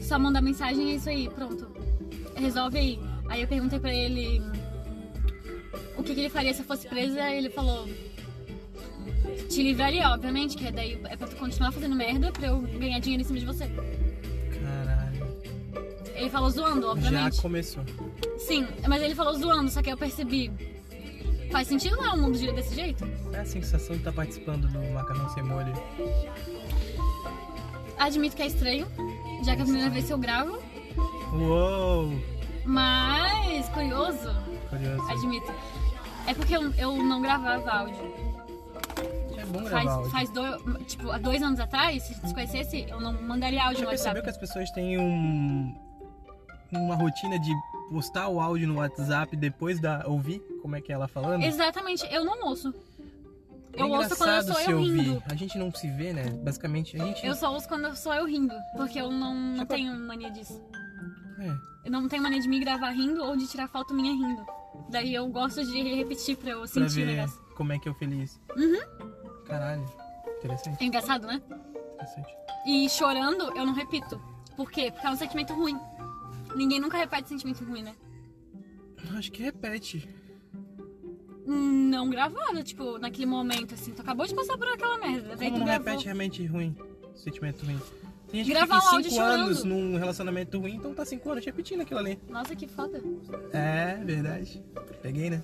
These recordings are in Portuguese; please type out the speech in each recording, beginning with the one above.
só mandar mensagem, é isso aí, pronto. Resolve aí. Aí eu perguntei pra ele o que, que ele faria se eu fosse presa, ele falou. Te livraria, obviamente, que daí é pra tu continuar fazendo merda pra eu ganhar dinheiro em cima de você. Caralho. Ele falou zoando, Já obviamente. começou. Sim, mas ele falou zoando, só que eu percebi. Faz sentido não é o mundo gira desse jeito? É a sensação de estar participando do macarrão sem molho. Admito que é estranho, já que é a primeira vez que eu gravo, Uou! mas curioso, Curioso. admito. É porque eu, eu não gravava áudio. É bom gravar Faz, áudio. faz dois, tipo, há dois anos atrás, se te conhecesse, eu não mandaria áudio Já no percebeu WhatsApp. que as pessoas têm um, uma rotina de postar o áudio no WhatsApp depois da ouvir como é que é ela falando? Exatamente, eu não ouço. É Eu ouço quando eu engraçado sou se eu rindo. ouvir. A gente não se vê, né? Basicamente, a gente. Eu só ouço quando eu sou eu rindo, porque eu não, não Tipo- tenho mania disso. É. Eu não tenho mania de me gravar rindo ou de tirar foto minha rindo. Daí eu gosto de repetir pra eu Pra sentir o ver negócio. como é que eu feliz. Uhum. Caralho. Interessante, É engraçado, né? interessante. E chorando, eu não repito. Por quê? Porque é um sentimento ruim. Ninguém nunca repete sentimento ruim, né? Acho que repete. Não gravado, tipo, naquele momento, assim. Tu acabou de passar por aquela merda. Daí Como tu não gravou. repete realmente ruim? Sentimento ruim. Tem gente Gravar que um fica áudio 5 anos chorando. num relacionamento ruim, então tá 5 anos repetindo aquilo ali. Nossa, que foda. É, verdade. Peguei, né?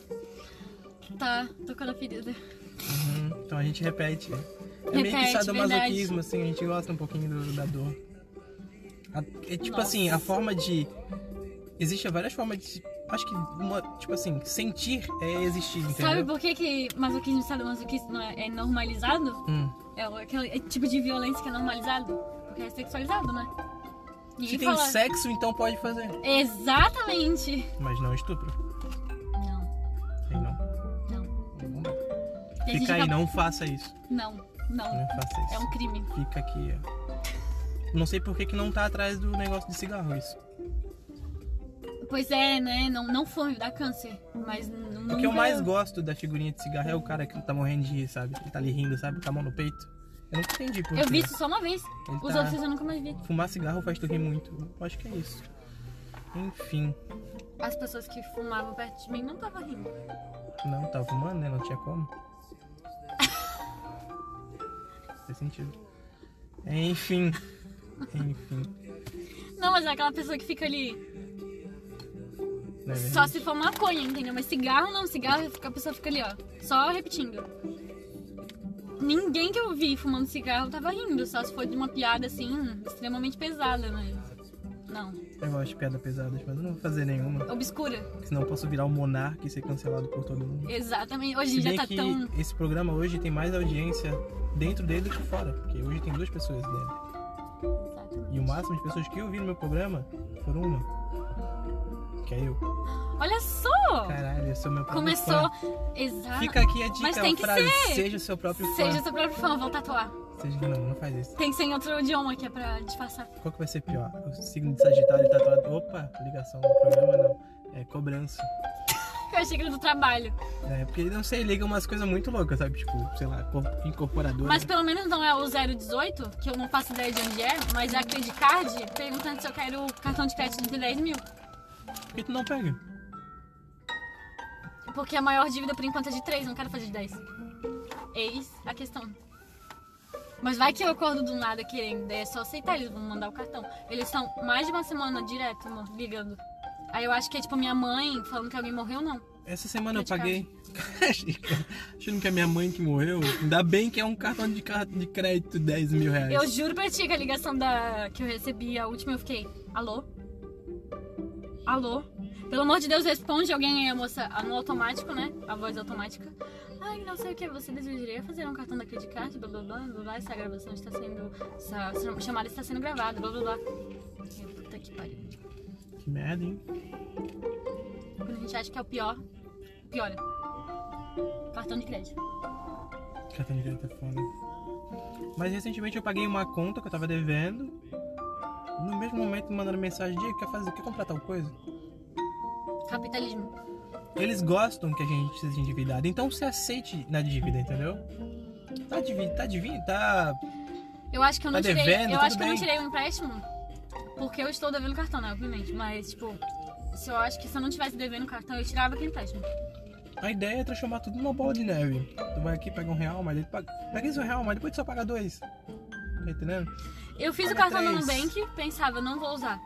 Tá, tocando a ferida. Uhum. Então a gente repete. É meio que Repete, sadomasoquismo, assim, a gente gosta um pouquinho do- da dor. A- é tipo Nossa. assim, a forma de. Existem várias formas de. Acho que uma. Tipo assim, sentir é existir, Sabe entendeu? por que, que masoquismo e sadomasoquismo não é, é normalizado? Hum. É o- aquele é tipo de violência que é normalizado. Porque é sexualizado, né? Se Ninguém tem fala. sexo, então pode fazer. Exatamente! Mas não estupro. Não, Aí não. não. Não dá. E a gente Fica aí, acaba- não faça isso. Não, não. Não Né? faça isso. É um crime. Fica aqui, ó. Não sei por que, que não tá atrás do negócio de cigarro isso. Pois é, né? Não, não fome, dá câncer. Mas não. É O que eu mais gosto da figurinha de cigarro é o cara que tá morrendo de rir, sabe? Ele tá ali rindo, sabe? Com a mão no peito. Eu nunca entendi por Eu quê. vi isso só uma vez. Ele Os né? tá- outros eu nunca mais vi. Fumar cigarro faz tu rir muito. Eu acho que é isso. Enfim. As pessoas que fumavam perto de mim não estavam rindo. Não, tava fumando, né? Não tinha como. Faz sentido. Enfim. Enfim. Não, mas é aquela pessoa que fica ali. Não é Só verdade? se for maconha, entendeu? Mas cigarro não, cigarro, fica- a pessoa fica ali, ó. Só repetindo. Ninguém que eu vi fumando cigarro tava rindo, só se for de uma piada assim, extremamente pesada, mas. Não. Eu gosto de piada pesadas, mas eu não vou fazer nenhuma. Obscura. porque Senão eu posso virar o monarca e ser cancelado por todo mundo. Exatamente. Hoje Se em dia bem tá que tão. esse programa hoje tem mais audiência dentro dele do que fora. Porque hoje tem duas pessoas dentro. E o máximo de pessoas que ouviram meu programa foram uma. Que é eu. Olha só! Caralho, eu sou meu próprio Começou. fã. Exato. Fica aqui a dica, Mas tem a que frase. ser. Seja seu próprio Seja fã. seu próprio fã, vou tatuar. Seja... Não, não faz isso. Tem que ser em outro idioma que é pra disfarçar. Qual que vai ser pior? O signo de Sagitário tá tatuado. Opa, ligação do programa não. É cobrança. Eu achei que era do trabalho. É, porque não sei, liga umas coisas muito loucas, sabe? Tipo, sei lá, cor- né? incorporadora. Mas pelo menos não é o 018, que eu não faço ideia de onde é, mas é a credit card perguntando se eu quero cartão de crédito de 10 mil. Por que tu não pega? Porque a maior dívida por enquanto é de 3, não quero fazer de 10. Eis a questão. Mas vai que eu acordo do nada querendo, daí é só aceitar, eles vão mandar o cartão. Eles estão mais de uma semana direto, amor, ligando. Aí eu acho que é tipo minha mãe falando que alguém morreu, não. Essa semana eu paguei. Crédito Achando que é minha mãe que morreu. Ainda bem que é um cartão de, car- de crédito 10 mil reais. Eu juro pra ti que a ligação da... que eu recebi, a última, eu fiquei. Alô? Alô? Pelo amor de Deus, responde alguém aí, a moça. ah, No automático, né? A voz automática. Ai, não sei o que, você desejaria fazer um cartão da Credit Card, blá blá blá, blá, blá, essa gravação está sendo. Essa chamada está sendo gravada, blá blá blá. Eu, Puta que pariu. Que merda, hein? Quando a gente acha que é o pior, piora. Cartão de crédito. Cartão de crédito é foda. Mas recentemente eu paguei uma conta que eu tava devendo. No mesmo momento me mandaram mensagem: Diego, quer fazer? Quer comprar tal coisa? Capitalismo. Eles gostam que a gente seja endividado. Então se aceite na dívida, entendeu? Tá dividido, tá dividido, tá. Eu acho que eu não Tá tirei. devendo, eu tudo acho que eu não bem. tirei um empréstimo. Porque eu estou devendo cartão, né? Obviamente. Mas, tipo, se eu acho que se eu não tivesse devendo cartão, eu tirava aquele teste. né? A ideia é transformar tudo numa bola de neve. Tu vai aqui, pega um real, mas ele paga. Pega esse um real, mas depois tu só paga dois. Tá entendendo? Eu fiz o Paga cartão do três. Nubank, pensava, não vou usar.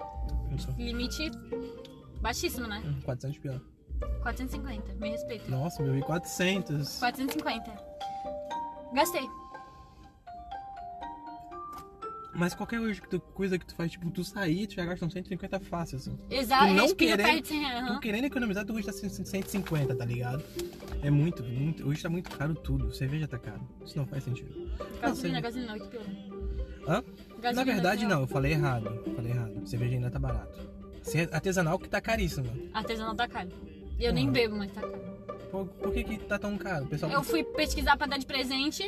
Não sou. Limite baixíssimo, né? Hum, 400 pila. 450, me respeita. Nossa, meu, e 400. 450. Gastei. Mas qualquer coisa que tu, coisa que tu faz, tipo, tu sair, tu já gasta uns 150 fácil, assim. Exato, E não respira querendo- perto de 100 reais. Não aham. querendo economizar, tu assim, custa 150, tá ligado? É muito, muito. Hoje tá muito caro tudo. Cerveja tá caro. Isso não faz sentido. Gasolina, sei. gasolina, 8 pila. Hã? Gasolina, assim, Na verdade, oito pila. não, eu falei errado. eu Falei errado. Cerveja ainda tá barato. Assim, Artesanal que tá caríssimo. Artesanal tá caro. E eu nem Uhum. bebo, mas tá caro. Por, por que que tá tão caro? O pessoal, Eu fui pesquisar pra dar de presente,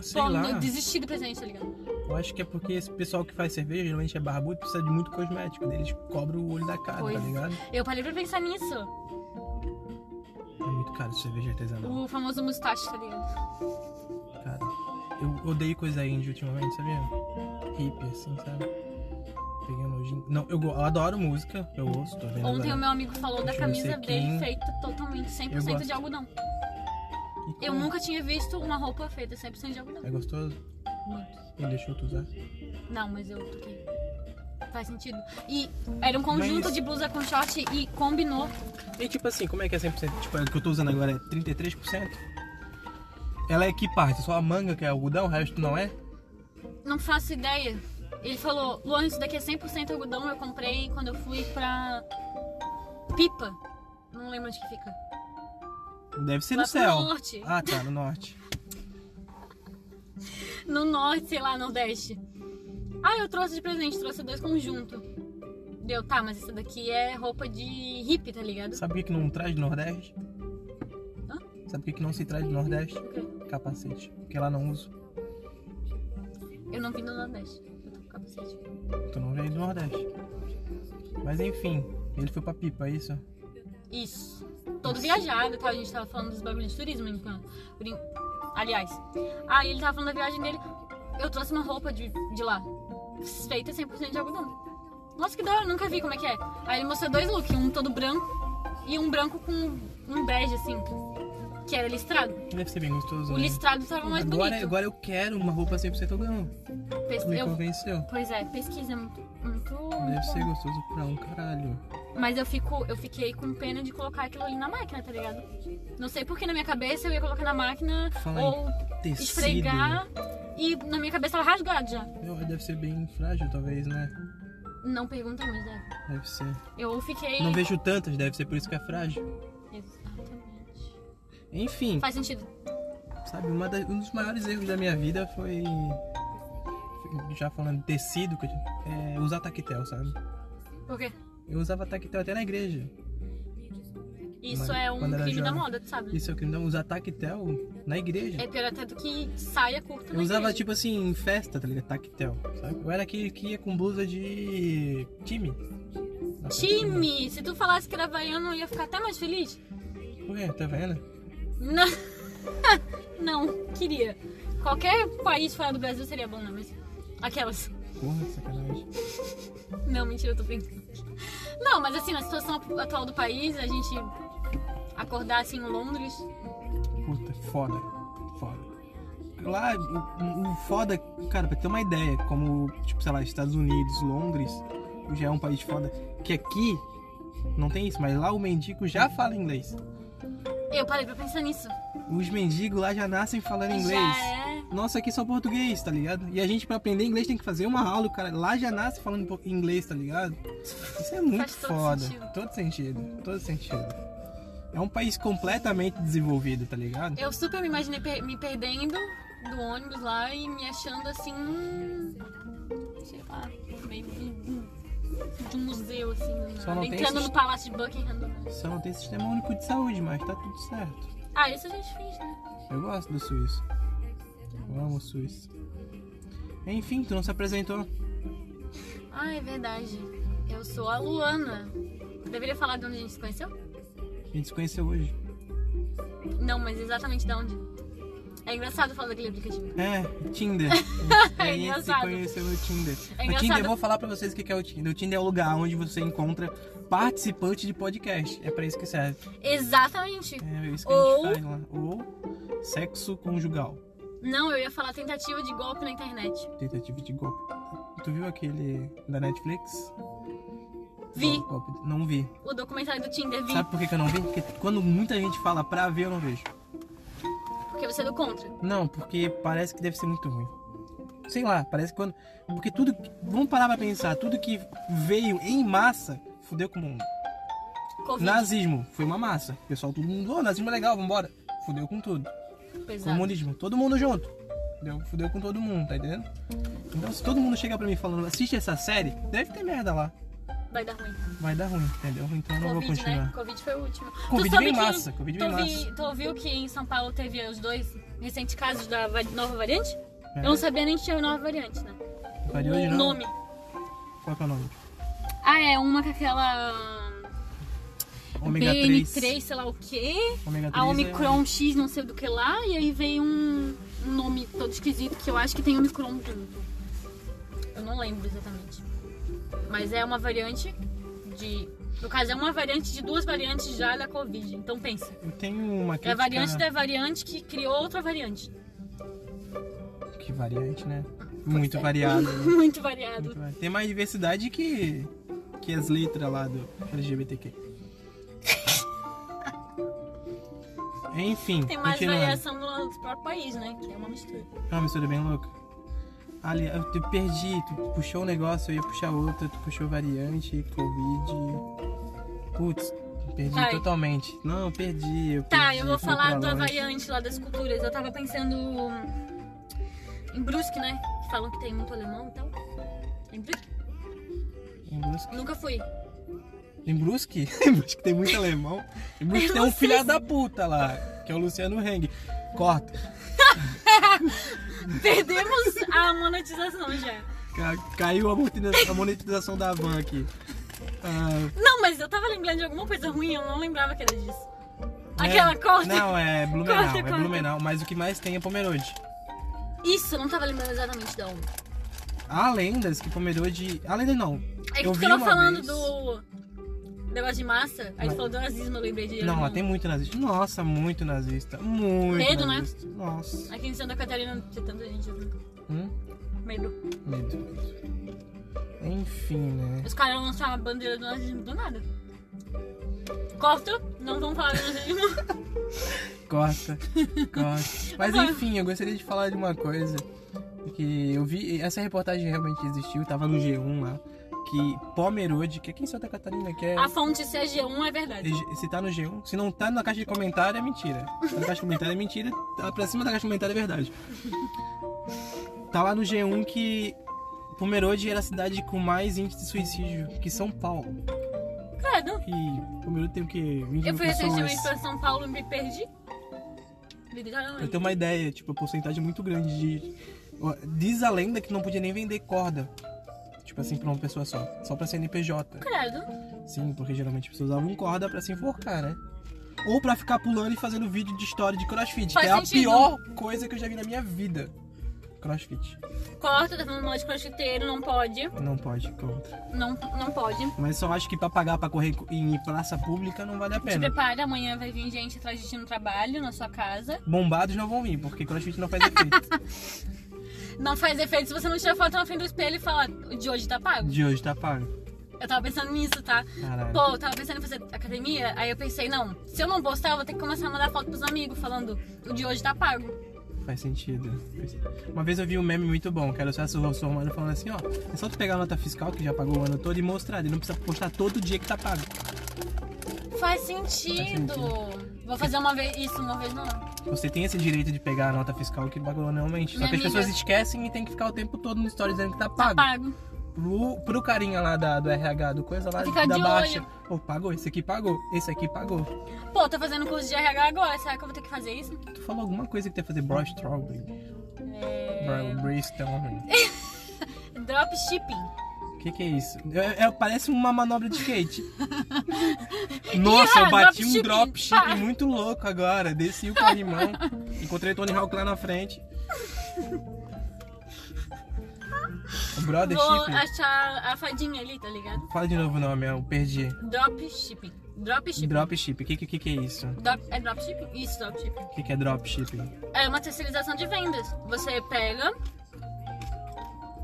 sei pô, lá. eu desisti do presente, tá ligado? Eu acho que é porque esse pessoal que faz cerveja geralmente é barbudo, precisa de muito cosmético. daí Eles cobram o olho da cara, Pois. tá ligado? Eu parei pra pensar nisso. É muito caro cerveja artesanal. O famoso mustache, tá ligado? Cara, eu odeio coisa indie ultimamente, sabia? Hippie, assim, sabe? Peguei um nojinho. Não, eu, go- eu adoro música, eu ouço, tô vendo Ontem agora. o meu amigo falou da É Deixa eu ver camisa se dele aqui- feita totalmente Eu 100% gosto. de algodão. E Eu como? nunca tinha visto uma roupa feita 100% de algodão. É gostoso? Muito. Ele deixou tu usar? Não, mas eu toquei. Faz sentido. E era um conjunto Mas- de blusa com short e combinou. E tipo assim, como é que é 100%? Tipo, o que eu tô usando agora é 33%? Ela é que parte? Só a manga que é algodão, o resto não é? Não faço ideia. Ele falou, Luan, isso daqui é 100% algodão, eu comprei quando eu fui pra Pipa. Não lembro onde que fica. Deve ser Lá no pro céu. norte. Ah, tá, no norte. No norte, sei lá, nordeste. Ah, eu trouxe de presente, trouxe dois conjuntos. Deu, tá, mas esse daqui é roupa de hippie, tá ligado? Sabe por que que não traz do Nordeste? Hã? Sabe por que que não se traz do Nordeste? Por quê? Capacete. Porque lá não uso. Eu não vim do nordeste. Eu tô com capacete. Tu não veio do Nordeste. Mas enfim, ele foi pra pipa, é isso? Isso. Todo viajado, tá? A gente tava falando dos bagulhos de turismo, então. Por in- Aliás. Aí ele tava falando da viagem dele. Eu trouxe uma roupa de, de lá. Feita 100% de algodão. Nossa, que da hora, nunca vi como é que é. Aí ele mostrou dois looks, um todo branco e um branco com um bege, assim. Que era listrado. Deve ser bem gostoso. O né? listrado tava mais agora, bonito. agora eu quero uma roupa 100% algodão. Pes- Tu me eu- convenceu. Pois é, pesquisa é muito. muito, Deve muito ser bom. gostoso pra um caralho. Mas eu, fico, eu fiquei com pena de colocar aquilo ali na máquina, tá ligado? Não sei porque na minha cabeça eu ia colocar na máquina Fala em ou Tecido. esfregar e na minha cabeça ela rasgada já. Eu- Deve ser bem frágil, talvez, né? Não perguntei, mas é. Deve ser. Eu fiquei. Não vejo tantas, deve ser por isso que é frágil. Exatamente. Enfim, Faz sentido. sabe, uma da- um dos maiores erros da minha vida foi. Já falando de tecido, que eu tinha- é, usar taquetel, sabe? Por quê? Eu usava taquetel até na igreja. Isso Mas é um quando era crime da jovem- moda, tu sabe? né? Isso é o que não usar taquetel na igreja. É pior até do que saia curta. Eu na usava, igreja. tipo assim, em festa, tá ligado? Tactel, sabe? Eu era aquele que ia com blusa de time. Na festa. Time! Se tu falasse que era havaiano, eu ia ficar até mais feliz. Por quê? Tá vendo? Não, não queria. Qualquer país fora do Brasil seria bom, né? Mas aquelas. Porra, que sacanagem. Não, mentira, eu tô brincando. Não, mas assim, na situação atual do país, a gente acordar assim em Londres. Puta, foda. Foda. Lá, o, o foda, cara, pra ter uma ideia, como, tipo, sei lá, Estados Unidos, Londres, já é um país foda, que aqui não tem isso, mas lá o mendigo já fala inglês. Eu parei pra pensar nisso. Os mendigos lá já nascem falando inglês. Já é. Nossa, aqui só português, tá ligado? E a gente, pra aprender inglês, tem que fazer uma aula, o cara. Lá já nasce falando po- inglês, tá ligado? Isso é muito Faz todo foda. sentido. Todo sentido, todo sentido. É um país completamente desenvolvido, tá ligado? Eu super me imaginei per- me perdendo do ônibus lá e me achando assim. hum, Sei lá, meio de, de um museu, assim. Só não tem entrando esses- no Palácio de Buckingham. né? Só não tem sistema único de saúde, mas tá tudo certo. Ah, isso a gente fez, né? Eu gosto do Suíço. Eu amo o Suíço. Enfim, tu não se apresentou. Ah, é verdade. Eu sou a Luana. Deveria falar de onde a gente se conheceu? A gente se conheceu hoje. Não, mas exatamente de onde? É engraçado falar daquele aplicativo. É, Tinder. É Aí a gente se engraçado. conheceu no É Tinder. o Tinder, engraçado. eu vou falar pra vocês o que que é o Tinder. O Tinder é o lugar onde você encontra participante de podcast. É pra isso que serve. Exatamente. É isso que Ou- a gente faz lá. Ou sexo conjugal. Não, eu ia falar tentativa de golpe na internet. Tentativa de golpe. Tu viu aquele da Netflix? Vi. Qual o golpe? Não vi. O documentário do Tinder vi, Sabe por que que eu não vi? Porque quando muita gente fala pra ver, eu não vejo. porque você é do contra. Não, porque parece que deve ser muito ruim. Sei lá, parece que quando. Porque tudo. que- Vamos parar pra pensar. Tudo que veio em massa fudeu com o mundo. Covid. Nazismo foi uma massa. O pessoal, todo mundo. Ô, nazismo é legal, vambora. Fudeu com tudo. Pesado. Comunismo, todo mundo junto. Fudeu, fudeu com todo mundo, tá entendendo? Então, se todo mundo chega pra mim falando, assiste essa série, deve ter merda lá. Vai dar ruim. Vai dar ruim, entendeu? Então eu não vou Covid, né? continuar. Covid foi o último. Covid tu sabe vem que massa, Covid vem tu, vi- massa. tu ouviu que em São Paulo teve os dois recentes casos da va- nova variante? É. Eu não sabia nem que tinha nova variante, né? Variou de o novo? nome. Qual que é o nome? Ah, é uma com aquela. Ômega BN3, 3. sei lá o quê. Ômega 3 A é- Omicron X, não sei do que lá. E aí veio um, um nome todo esquisito que eu acho que tem Omicron junto. Eu não lembro exatamente. Mas é uma variante de. No caso, é uma variante de duas variantes já da Covid. Então pensa. Eu tenho uma É crítica... a variante da variante que criou outra variante. Que variante, né? Muito é. variado. né? Muito variado. Muito variado. Tem mais diversidade que, que as letras lá do LGBTQ. Enfim, Tem mais continuando. variação no do próprio país, né? Que é uma mistura. É uma mistura bem louca. Ali, eu te perdi, tu puxou um negócio, eu ia puxar outra, tu puxou variante, Covid. Putz, perdi Ai. totalmente. Não, eu perdi. Eu Tá, perdi, eu vou fui pra falar da longe. variante lá das culturas. Eu tava pensando em Brusque, né? Que falam que tem muito alemão e tal. Em Brusque? Em Brusque? Nunca fui. Em Brusque? Em Brusque tem muito alemão. Em Brusque Eu tem não um sei filho da puta lá, que é o Luciano Heng. Corta. Perdemos a monetização já. Ca- Caiu a monetiza- a monetização da van aqui. Ah, Não, mas eu tava lembrando de alguma coisa ruim, eu não lembrava que era disso. é- Aquela corda. Não, é Blumenau, Corta, é corta. Blumenau. Mas o que mais tem é Pomerode. Isso, eu não tava lembrando exatamente de onde. Há lendas que Pomerode... Há lendas não. É que eu tu vi tava uma falando vez- do negócio de massa, aí Não. tu falou do nazismo, eu lembrei de. um Não, lá tem muito nazista. Nossa, muito nazista. Muito Medo, né? nazista. né? Nossa. Aqui em Santa Catarina não tem tanta gente, eu fico Hum? com medo. Medo, medo. Enfim, né? Os caras lançaram a bandeira do nazismo do nada. Corta, não vamos falar do nazismo. Corta, corta. Mas enfim, eu gostaria de falar de uma coisa. Que eu vi. Essa reportagem realmente existiu, tava no G1 lá. Que Pomerode, que é aqui em Santa Catarina, que é. A fonte CG1 é verdade. Se tá no G1, se não tá na caixa de comentário, é mentira. Se tá na caixa de comentário é mentira, tá pra cima da caixa de comentário é verdade. Tá lá no G1 que Pomerode era a cidade com mais índice de suicídio que São Paulo. Credo. E Pomerode tem o quê? 20 Eu mil fui pessoas. recentemente pra São Paulo e me perdi. Pra Literalmente. ter uma ideia, tipo, a porcentagem muito grande de. Ó, Diz a lenda que não podia nem vender corda. Tipo assim, pra uma pessoa só. Só pra CNPJ. Credo. Sim, porque geralmente as pessoas usavam corda pra se enforcar, né? Ou pra ficar pulando e fazendo vídeo de história de crossfit, Faz que é sentido. a pior coisa que eu já vi na minha vida. Crossfit. Corta, tá falando mal de crocheteiro, não pode. Não pode, contra. Não, não pode. Mas só acho que pra pagar pra correr em praça pública não vale a Te pena. prepara, amanhã vai vir gente atrás de ti no trabalho, na sua casa. Bombados não vão vir, porque crossfit não faz efeito. Não faz efeito se você não tirar foto na frente do espelho e falar, o de hoje tá pago. De hoje tá pago. Eu tava pensando nisso, tá? Caralho. Pô, eu tava pensando em fazer academia, aí eu pensei, não, se eu não postar, eu vou ter que começar a mandar foto pros amigos falando, o de hoje tá pago. Faz sentido. Uma vez eu vi um meme muito bom, que era o Celso Rosso Romano falando assim, ó, é só tu pegar a nota fiscal que já pagou o ano todo e mostrar, ele não precisa postar todo dia que tá pago. Faz sentido. Vou fazer uma vez isso, uma vez não. Você tem esse direito de pegar a nota fiscal que pagou anualmente. Só Minha que as amiga. pessoas esquecem e tem que ficar o tempo todo no story dizendo que tá Tá pago. pago. Pro, pro carinha lá da, do RH, do coisa lá Fica da de baixa. olho. Pô, pagou, esse aqui pagou, esse aqui pagou. Pô, tô fazendo curso de RH agora, será que eu vou ter que fazer isso? Tu falou alguma coisa que tu ia fazer brainstorming. É... Brainstorming. Dropshipping. O que que é isso? É- é- parece uma manobra de skate. Nossa, eu Ih, bati um dropshipping, dropship Ah, pá. muito louco agora. Desci o corrimão e Encontrei Tony Hawk lá na frente. O brother Vou chip. achar a fadinha ali, tá ligado? Fala de novo o nome, eu perdi. Drop shipping. Drop shipping. Drop shipping. O que, que, que é isso? Drop- é drop shipping? Isso, drop shipping. O que, que é drop shipping? É uma terceirização de vendas. Você pega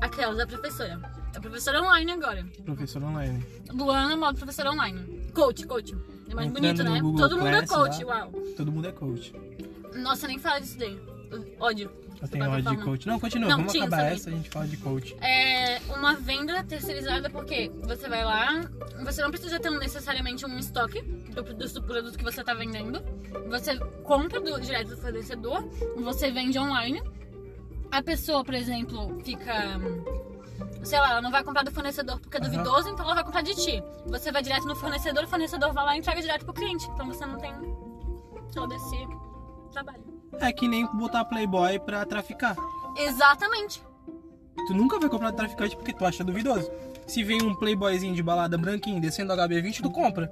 aquela da professora. É professora online agora. Professor online. Luana, modo professora online. Coach, coach. É mais Entrando bonito, no né? Google Todo mundo é Class coach, lá. uau. Todo mundo é coach. Nossa, nem fala disso daí. Ódio. Eu tenho ódio de plataforma. coach. Não, continua. Não, Vamos tinha acabar também. essa, a gente fala de coach. é uma venda terceirizada porque você vai lá, você não precisa ter um- necessariamente um estoque do, do, do produto que você está vendendo, você compra do- direto do fornecedor, você vende online, a pessoa, por exemplo, fica. hum, Sei lá, ela não vai comprar do fornecedor porque é Aham. duvidoso, então ela vai comprar de ti. Você vai direto no fornecedor, o fornecedor vai lá e entrega direto pro cliente. Então você não tem todo esse trabalho. É que nem botar Playboy pra traficar. Exatamente. Tu nunca vai comprar do traficante porque tu acha duvidoso. Se vem um playboyzinho de balada branquinho descendo HB20, tu compra.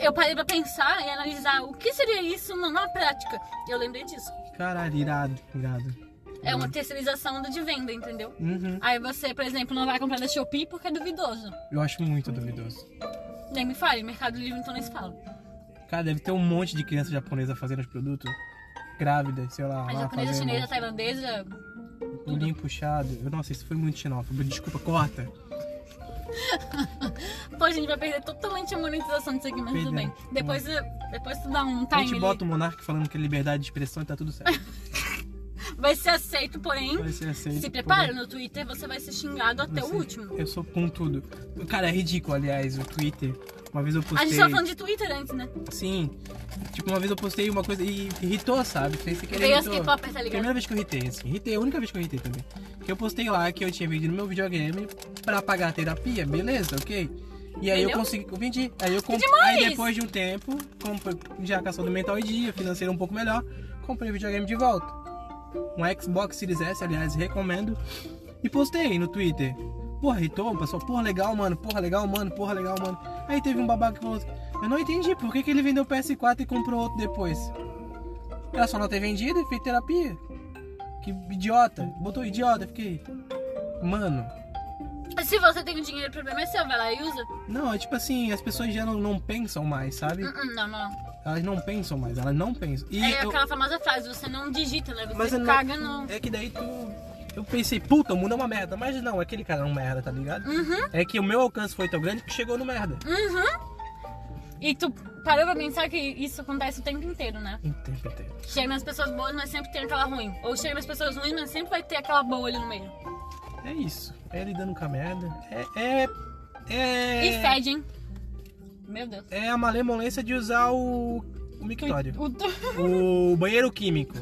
Eu parei pra pensar e analisar o que seria isso na, na prática. E eu lembrei disso. Caralho, irado, irado. É uma terceirização do- de venda, entendeu? Uhum. Aí você, por exemplo, não vai comprar da Shopee porque é duvidoso. Eu acho muito duvidoso. Nem me fale, Mercado Livre então nem se fala. Cara, deve ter um monte de criança japonesa fazendo os produtos. Grávida, sei lá. A lá japonesa, fazendo chinesa, tá tailandesa. Pulinho puxado. Eu, nossa, isso foi muito xenófobo. Desculpa, corta. Pô, a gente vai perder totalmente a monetização disso aqui, mas tudo bem. Perdemos. Depois, eh, depois tu dá um A time. gente ali. bota o Monark falando que é liberdade de expressão e tá tudo certo. Vai ser aceito, porém. um Vai ser aceito. Se prepara, no Twitter você vai ser xingado até Você- o último. Eu sou com tudo. Cara, é ridículo, aliás, o Twitter. Uma vez eu postei. A gente tava falando de Twitter antes, né? Sim. Tipo, uma vez eu postei uma coisa e irritou, sabe? Fez sem querer. Veio as Irritou. K-popers, tá ligado? Primeira vez que eu irritei, assim. Irritei, a única vez que eu irritei também. Que eu postei lá que eu tinha vendido meu videogame pra pagar a terapia, beleza, ok? E aí eu Vendeu? consegui, eu vendi. Aí eu comprei. demais! Aí depois de um tempo, comprei, já caçou do mental em dia, financeiro um pouco melhor, comprei o videogame de volta. Um Xbox Series S, aliás, recomendo. E postei no Twitter. Porra, irritou, pessoal. Porra, legal, mano. Porra, legal, mano. Porra, legal, mano. Aí teve um babaca que falou assim, eu não entendi por que, que ele vendeu o PS4 e comprou outro depois. Era só não ter vendido e feito terapia. Que idiota. Botou idiota, eu fiquei. Mano. Se você tem o dinheiro, o problema é seu, vai lá e usa. Não, é tipo assim, as pessoas já não, não pensam mais, sabe? Hum, hum, Não, não, não. Elas não pensam mais, elas não pensam. E É eu- aquela famosa frase, você não digita, né? Você Mas eu não- caga no. é que daí tu. Eu pensei, puta, o mundo é uma merda. Mas não, aquele cara é um merda, tá ligado? Uhum, É que o meu alcance foi tão grande que chegou no merda. uhum. E tu parou pra pensar que isso acontece o tempo inteiro, né? O tempo inteiro. Chega nas pessoas boas, mas sempre tem aquela ruim. Ou chega nas pessoas ruins, mas sempre vai ter aquela boa ali no meio. É isso. É lidando com a merda. É. É. É, E fede, hein? Meu Deus. é a malemolência de usar o. O mictório. O tu- O banheiro químico.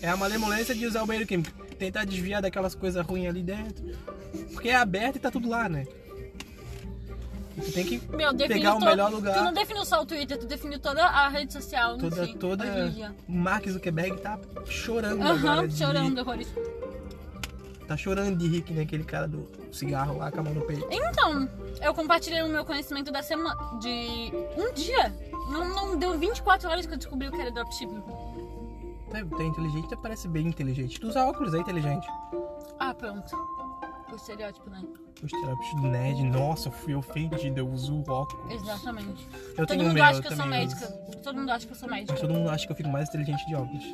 É a malemolência de usar o banheiro químico. Tentar desviar daquelas coisas ruins ali dentro. Porque é aberto e tá tudo lá, né? E tu tem que. Meu, define Pegar o todo... melhor lugar. Tu não definiu só o Twitter, tu definiu toda a rede social. Toda. enfim, toda é. hoje em dia. Mark Zuckerberg tá chorando Aham, agora. de- chorando, horrores. Tá chorando de rir que nem aquele cara do cigarro lá com a mão no peito. Então, eu compartilhei o meu conhecimento da semana. De um dia. Não, não deu 24 horas que eu descobri o que era dropshipping. Tu é, tu é inteligente, tu parece bem inteligente. Tu usa óculos, é inteligente. Ah, pronto. O estereótipo, né? Os terapeutas do nerd, nossa, eu fui ofendido, eu uso óculos. Exatamente. Eu É, Todo tenho mundo meu, acha que eu sou também uso. médica. Todo mundo acha que eu sou médica. Mas todo mundo acha que eu fico mais inteligente de óculos.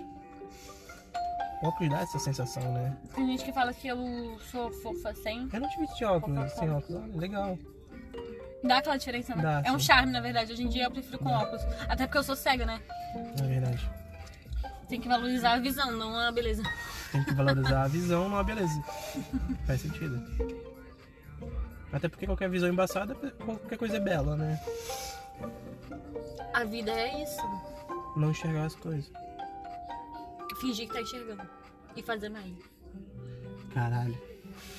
O óculos dá essa sensação, né? Tem gente que fala que eu sou fofa sem. Eu não te visto de óculos, sem óculos. Olha, Legal. Dá aquela diferença, né? Dá, é um sim. charme, na verdade. Hoje em dia eu prefiro com óculos. Até porque eu sou cega, né? Na verdade. Tem que valorizar a visão, não a beleza. Tem que valorizar a visão, não a beleza. Faz sentido. Até porque qualquer visão embaçada, qualquer coisa é bela, né? A vida é isso. Não enxergar as coisas. Fingir que tá enxergando. E fazer mais. Caralho.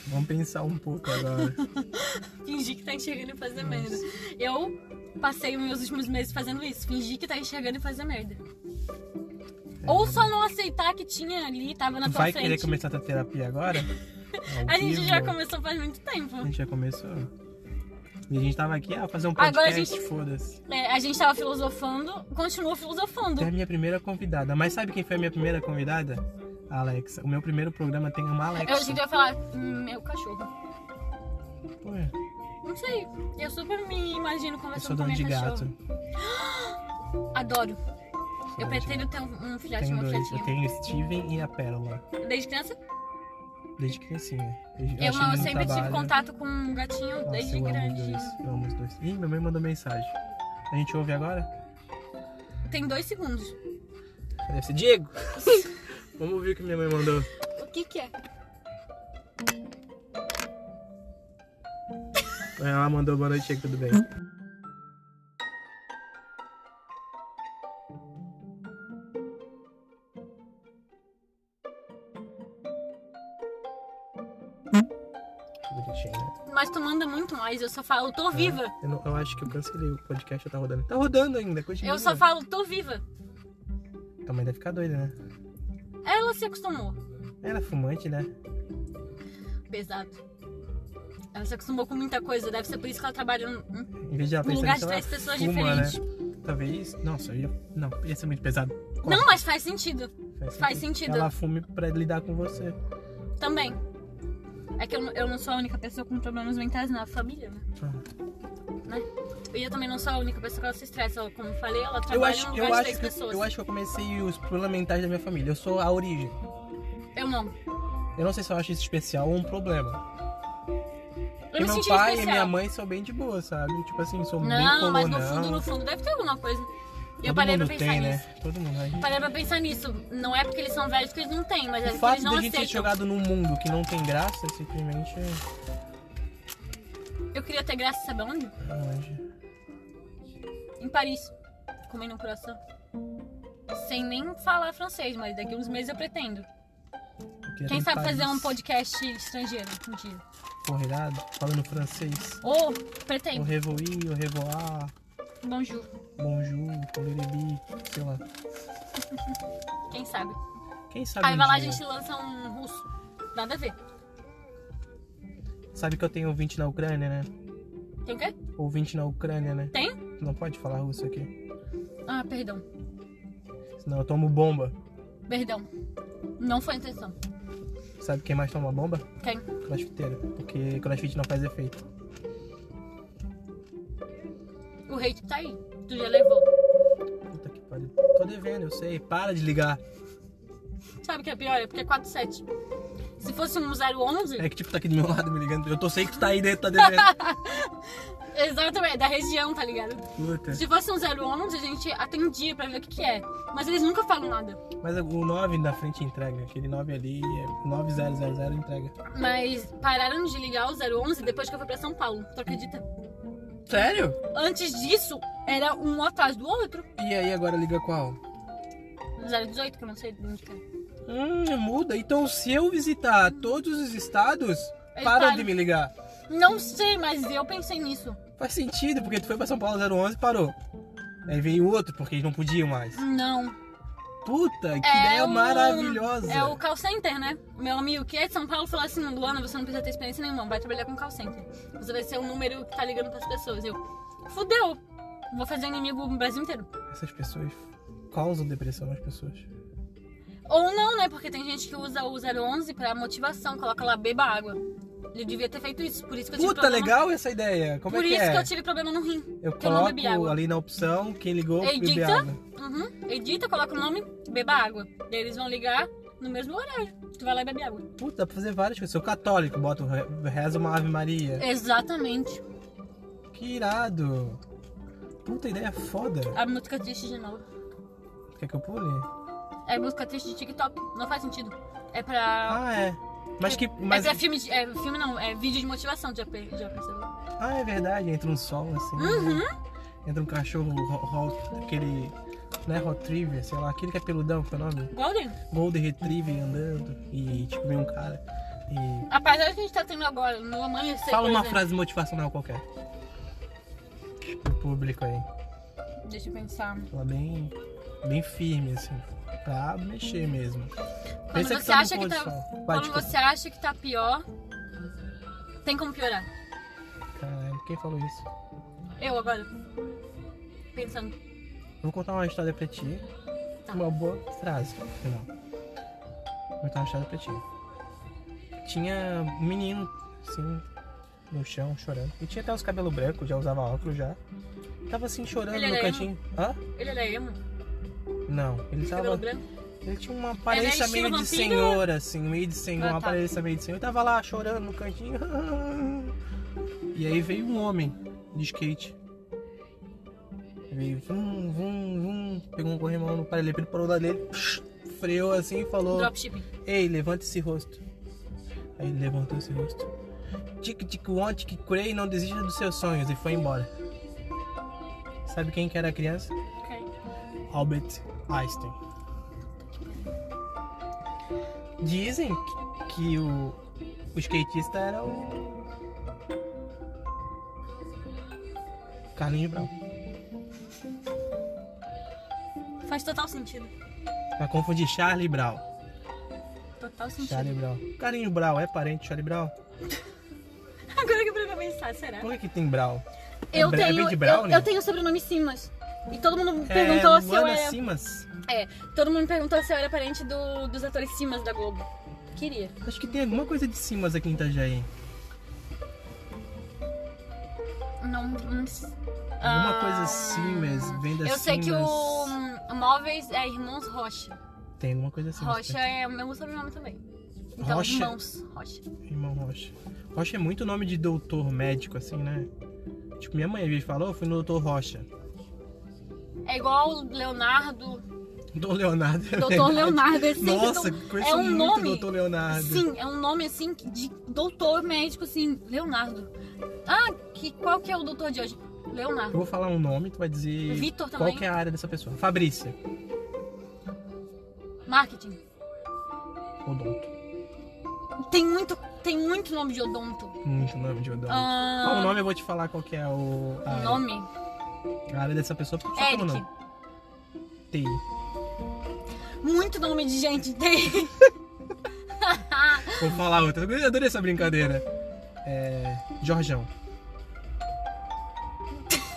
Vamos pensar um pouco agora. Tá Fingir que tá enxergando e fazer merda. Eu passei os meus últimos meses fazendo isso. Fingir que tá enxergando e fazer merda. Ou só não aceitar que tinha ali, tava na É. Tu tua vai frente. querer começar a tua terapia agora? Ao A gente vivo? já começou faz muito tempo. A gente já começou. E a gente tava aqui, ah, fazer um Agora a podcast, gente- foda-se. É, a gente tava filosofando, continuou filosofando. Até a minha primeira convidada. Mas sabe quem foi a minha primeira convidada? A Alexa. O meu primeiro programa tem uma Alexa. Eu achei que ia falar, "Hum, meu cachorro. Pô, Não sei. Eu super me imagino eu sou conversando com a dono minha de cachorra. gato. Adoro. Sou Eu dono de pretendo ter um, um gato. filhote, Tenho uma dois. filhotinha. Eu tenho o Steven e a Pérola. Desde criança? Desde criancinha. Eu, Eu, achei não, eu muito sempre tive trabalho. contato com um gatinho Nossa, desde eu amo os grande. dois. Eu amo os dois. Ih, minha mãe mandou mensagem. A gente ouve agora? Tem dois segundos. Deve ser Diego. Vamos ouvir o que minha mãe mandou. O que que é? Ela mandou boa noite, Diego, tudo bem? Que bonitinho, né? Mas tu manda muito mais, eu só falo, É. tô viva. Eu, não- eu acho que eu cancelei o podcast, já tá rodando. Tá rodando ainda, continua. Eu só falo, tô viva. Tua mãe deve ficar doida, né? Ela se acostumou. Ela é fumante, né? Pesado. Ela se acostumou com muita coisa, deve ser por isso que ela trabalha um, no- Em vez de ela No pensar lugar nisso, de ela três pessoas fuma, diferentes. Né? Talvez. Nossa, eu ia. Não, ia ser muito pesado. Corta. Não, mas faz sentido. faz sentido. Ela fume pra lidar com você. Também. É que eu, não- eu não sou a única pessoa com problemas mentais na família, né? Ah, E eu também não sou a única pessoa que ela se estressa. Ela, Como eu falei, ela trabalha Eu acho, no um lugar eu, de acho três que, pessoas. eu acho que eu comecei os parlamentares da minha família. Eu sou a origem. Eu não. Eu não sei se eu acho isso especial ou um problema. Eu me meu senti pai e especial. minha mãe são bem de boa, sabe? Tipo assim, sou bem Não, comunão. mas no fundo, no fundo deve ter alguma coisa. E eu Todo parei pra mundo pensar tem, nisso. né? Todo mundo. Aí. Parei pra pensar nisso. Não é porque eles são velhos que eles não têm, mas é O porque fato eles de a não gente aceitam. ser jogado num mundo que não tem graça, simplesmente é Eu queria ter graça, sabe onde? ah, longe. Em Paris. Comendo um coração. Sem nem falar francês, mas daqui uns meses eu pretendo. Eu queria Quem ter sabe fazer Paris. um podcast estrangeiro um dia. Corregado, falando francês. Ou O pretendo. revoí, o revoar, Bonjour. bonjour, coleribi, sei lá. Quem sabe? Quem sabe Aí um vai lá, a dia? gente lança um russo. Nada a ver. Sabe que eu tenho ouvinte na Ucrânia, né? Tem o quê? Ouvinte na Ucrânia, né? Tem? Tu Não pode falar russo aqui. Ah, perdão. Senão eu tomo bomba. Perdão. Não foi a intenção. Sabe quem mais toma bomba? Quem? Crossfiteiro. Porque crossfit não faz efeito. O hate tá aí. Tu já levou. Puta que pariu. Tô devendo, eu sei. Para de ligar. Sabe o que é pior? É porque é 47. Se fosse um 011, É que tipo, tá aqui do meu lado me ligando. Eu tô sei que tu tá aí dentro, tá devendo. É. exatamente, da região, tá ligado? Puta. Se fosse um 011, a gente atendia pra ver o que, que é. Mas eles nunca falam nada. Mas o 9 na frente entrega. Aquele 9 ali é 9000 entrega. Mas pararam de ligar o 011 depois que eu fui pra São Paulo. Tu acredita? Sério? Antes disso, era um atrás do outro. E aí agora liga qual? 018, que eu não sei de onde que é. Hum, muda. Então se eu visitar todos os estados, Eles param param. de me ligar. Não sei, mas eu pensei nisso. Faz sentido, porque tu foi pra São Paulo 011 e parou. Aí veio outro, porque eles não podiam mais. Não. Puta, que É ideia o- maravilhosa. É o call center, né? Meu amigo que é de São Paulo falou assim: Luana, você não precisa ter experiência nenhuma, vai trabalhar com call center. Você vai ser o número que tá ligando pras pessoas. Eu, fudeu, vou fazer inimigo no Brasil inteiro. Essas pessoas causam depressão nas pessoas. Tipo, Ou não, né? Porque tem gente que usa o 011 pra motivação, coloca lá beba água. Eu devia ter feito isso, por isso que eu tive Puta, problema- legal essa ideia. Como por é que isso é? que eu tive problema no rim. Eu que eu não bebi coloco água. ali na opção, quem ligou, Edita? bebe água. Uhum. Edita, coloca o nome, beba água. Daí eles vão ligar no mesmo horário. Tu vai lá e bebe água. Puta, dá pra fazer várias coisas. Sou católico, boto, reza uma ave maria. Exatamente. Que irado. Puta, ideia é foda. A música triste de novo. Quer que eu pule? É música triste de TikTok. Não faz sentido. É pra. Ah, é. Mas que... Mas... É pra filme. de- É, filme não, é vídeo de motivação, já, per- já percebeu? Ah, é verdade, entra um sol assim. né? Uhum. Entra um cachorro, ro- ro- aquele. Não é Retriever, sei lá, aquele que é peludão, que é o nome? Golden. Golden Retriever andando e tipo vem um cara e. A paisagem que a gente tá tendo agora, no amanhecer. Fala por uma exemplo. frase motivacional qualquer. Pro público aí. Deixa eu pensar. Fala bem. bem firme, assim. Pra mexer mesmo. Uhum. Quando Pensa você que tá no acha que pôr do tá. sol. Vai, Quando desculpa. você acha que tá pior, tem como piorar. Caralho. Quem falou isso? Eu Eu agora. Pensando. vou contar uma história pra ti. Tá. Uma boa frase, no final. Vou contar uma história pra ti. Tinha um menino, assim, no chão, chorando. E tinha até os cabelos brancos, já usava óculos já. Tava assim chorando Ele no era cantinho. Hã? Ele era emo? Não, ele Cabelo tava. branco? Ele tinha uma aparência É, né, estilo meio de vampiro? senhora, assim, meio de senhor, Ah, uma tá. aparência meio de senhor. Eu tava lá chorando no cantinho. E aí veio um homem de skate. Veio vum, vum, vum. Pegou um corrimão no paralelepípedo, parou lá dele, freou assim e falou: Dropshipping. Ei, levanta esse rosto. Aí ele levantou esse rosto. Tic tic want que crê não desista dos seus sonhos e foi embora. Sabe quem que era a criança? Ok. Albert Einstein. Dizem que- que o, o skatista era o. Carlinhos Brown. Faz total sentido. Vai confundir Charlie Brown. Total sentido. Charlie Brown. Carlinhos Brown é parente de Charlie Brown? Agora que eu parei pra pensar, será? Por que, que tem Brown? Eu Bra- é tenho, Big eu, Brown, né? eu tenho o sobrenome Simas. E todo mundo me perguntou é, se eu Luana era. Simas. É, todo mundo me perguntou se eu era parente do- dos atores Simas da Globo. Queria. Acho que tem alguma coisa de Simas aqui em Itajaí. Não. não Alguma Ah, coisa Simas, venda Eu sei que o Simas. hum, Móveis é Irmãos Rocha. Tem alguma coisa assim. Rocha é o meu sobrenome também. Então, Rocha? irmãos Rocha. Irmão Rocha. Rocha é muito nome de doutor médico, assim, né? Tipo, minha mãe falou, eu fui no doutor Rocha. É igual Leonardo, Doutor Leonardo. é Doutor verdade. Leonardo. É sempre Nossa, dou- conheço é um muito nome. doutor Leonardo. Sim, é um nome assim que- de doutor médico, assim, Leonardo. Ah, que, qual que é o doutor de hoje? Eu Leonardo. vou falar um nome, tu vai dizer Vitor qual também. que é a área dessa pessoa. Fabrícia. Marketing. Odonto. Tem muito, tem muito nome de odonto. Muito nome de odonto. Ah, Qual o nome? Eu vou te falar qual que é o, o a, área- nome? a área dessa pessoa. Só pelo Eric. nome. TI. Muito nome de gente tem. Vou falar outra. Eu adorei essa brincadeira. É... Jorjão.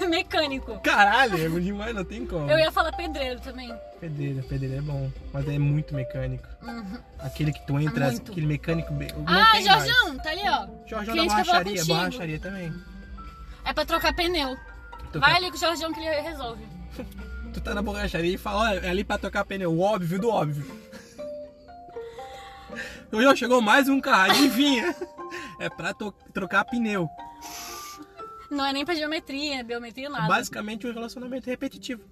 Mecânico. Caralho, é demais, não tem como. Eu ia falar pedreiro também. Pedreiro, pedreiro é bom, mas é muito mecânico. Uhum. Aquele que tu entra, Muito. aquele mecânico. be- Não Ah, tem Jorjão, tá ali, ó. Mais. Jorjão da Cliente que fala borracharia, contigo. borracharia também. É pra trocar pneu. Tu, Vai ali com o Jorjão que ele resolve. tu tá na borracharia e fala, olha, é ali pra tocar pneu, o óbvio do óbvio. Jorjão, chegou mais um carro, adivinha? é pra to- trocar pneu. Não é nem pra geometria, biometria, nada. Basicamente um relacionamento repetitivo.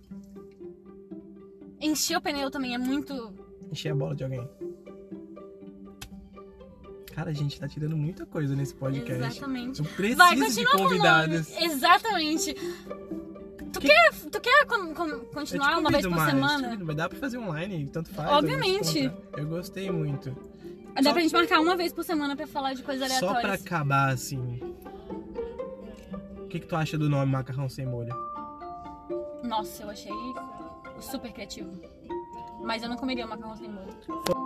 Encher o pneu também é muito. Encher a bola de alguém. Cara, a gente tá tirando muita coisa nesse podcast. Exatamente. Eu preciso Vai, de continua com o convidados. nome. Exatamente. Tu quer, tu quer con- con- Eu te continuar uma convido vez por tipo mais, te semana? convido, É Mas dá pra fazer online, tanto faz. Obviamente. eu gosto, Eu gostei muito. Dá pra gente marcar uma vez por semana pra falar de coisas Só pra aleatórias. acabar, assim. O que, que tu acha do nome macarrão sem molho? Nossa, eu achei super criativo. Mas eu não comeria macarrão sem molho.